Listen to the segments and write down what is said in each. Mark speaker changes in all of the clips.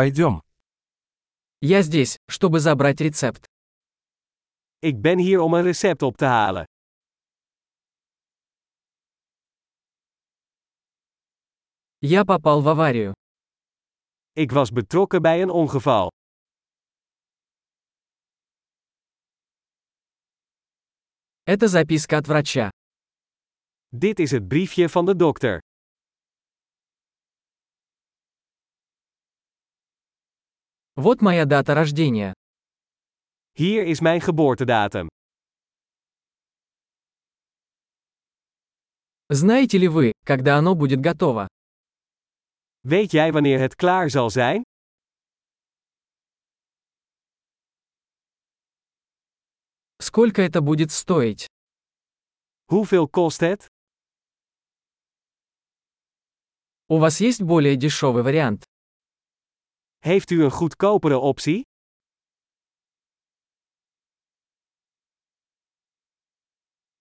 Speaker 1: Пойдем.
Speaker 2: Я здесь, чтобы забрать рецепт.
Speaker 3: Ik ben hier om een recept op te halen.
Speaker 2: Я попал в аварию.
Speaker 3: Ik was betrokken bij een ongeval.
Speaker 2: Это записка от врача.
Speaker 3: Dit is het briefje van de dokter.
Speaker 2: Вот моя дата рождения.
Speaker 3: Hier is mijn geboortedatum.
Speaker 2: Знаете ли вы, когда оно будет готово?
Speaker 3: Weet jij wanneer het klaar zal zijn?
Speaker 2: Сколько это будет стоить?
Speaker 3: Hoeveel kost het?
Speaker 2: У вас есть более дешевый вариант?
Speaker 3: Heeft u een goedkopere optie?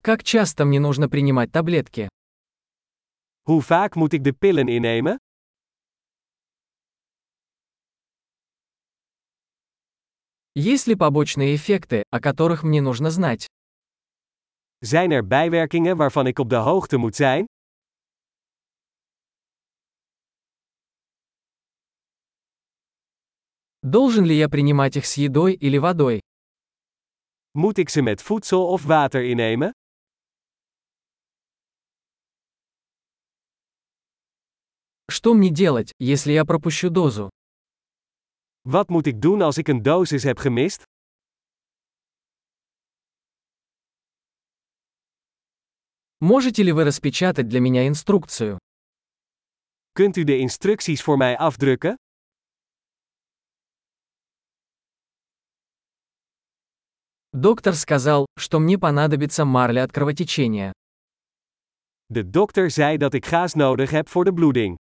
Speaker 2: Как часто мне нужно принимать таблетки?
Speaker 3: Hoe vaak moet ik de pillen innemen?
Speaker 2: Есть ли побочные эффекты, о которых мне нужно знать?
Speaker 3: Zijn er bijwerkingen waarvan ik op de hoogte moet zijn?
Speaker 2: Должен ли я принимать их с едой или водой?
Speaker 3: Moet ik ze met voedsel of water innemen?
Speaker 2: Что мне делать, если я пропущу дозу?
Speaker 3: Wat moet ik doen als ik een dosis heb gemist?
Speaker 2: Можете ли вы распечатать для меня инструкцию?
Speaker 3: Kunt u de instructies voor mij afdrukken?
Speaker 2: Доктор сказал, что мне понадобится марля от кровотечения.
Speaker 3: De dokter zei dat ik gaas nodig heb voor de bloeding.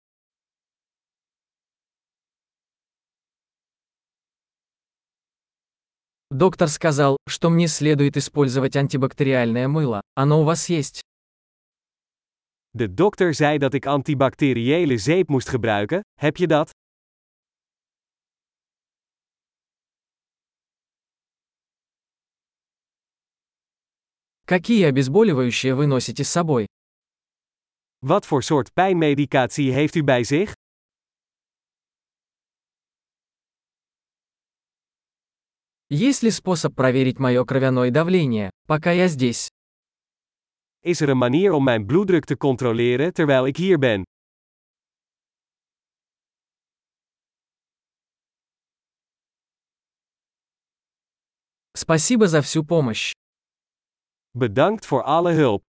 Speaker 2: Доктор сказал, что мне следует использовать антибактериальное мыло. Оно у вас есть?
Speaker 3: De dokter zei dat ik antibacteriële zeep moest gebruiken, heb je dat?
Speaker 2: Какие обезболивающие вы носите с собой?
Speaker 3: Wat voor soort pijnmedicatie heeft u bij zich?
Speaker 2: Есть ли способ проверить мое кровяное давление, пока я здесь?
Speaker 3: Is er een manier om mijn bloeddruk te controleren terwijl ik hier ben?
Speaker 2: Спасибо за всю помощь.
Speaker 3: Bedankt voor alle hulp.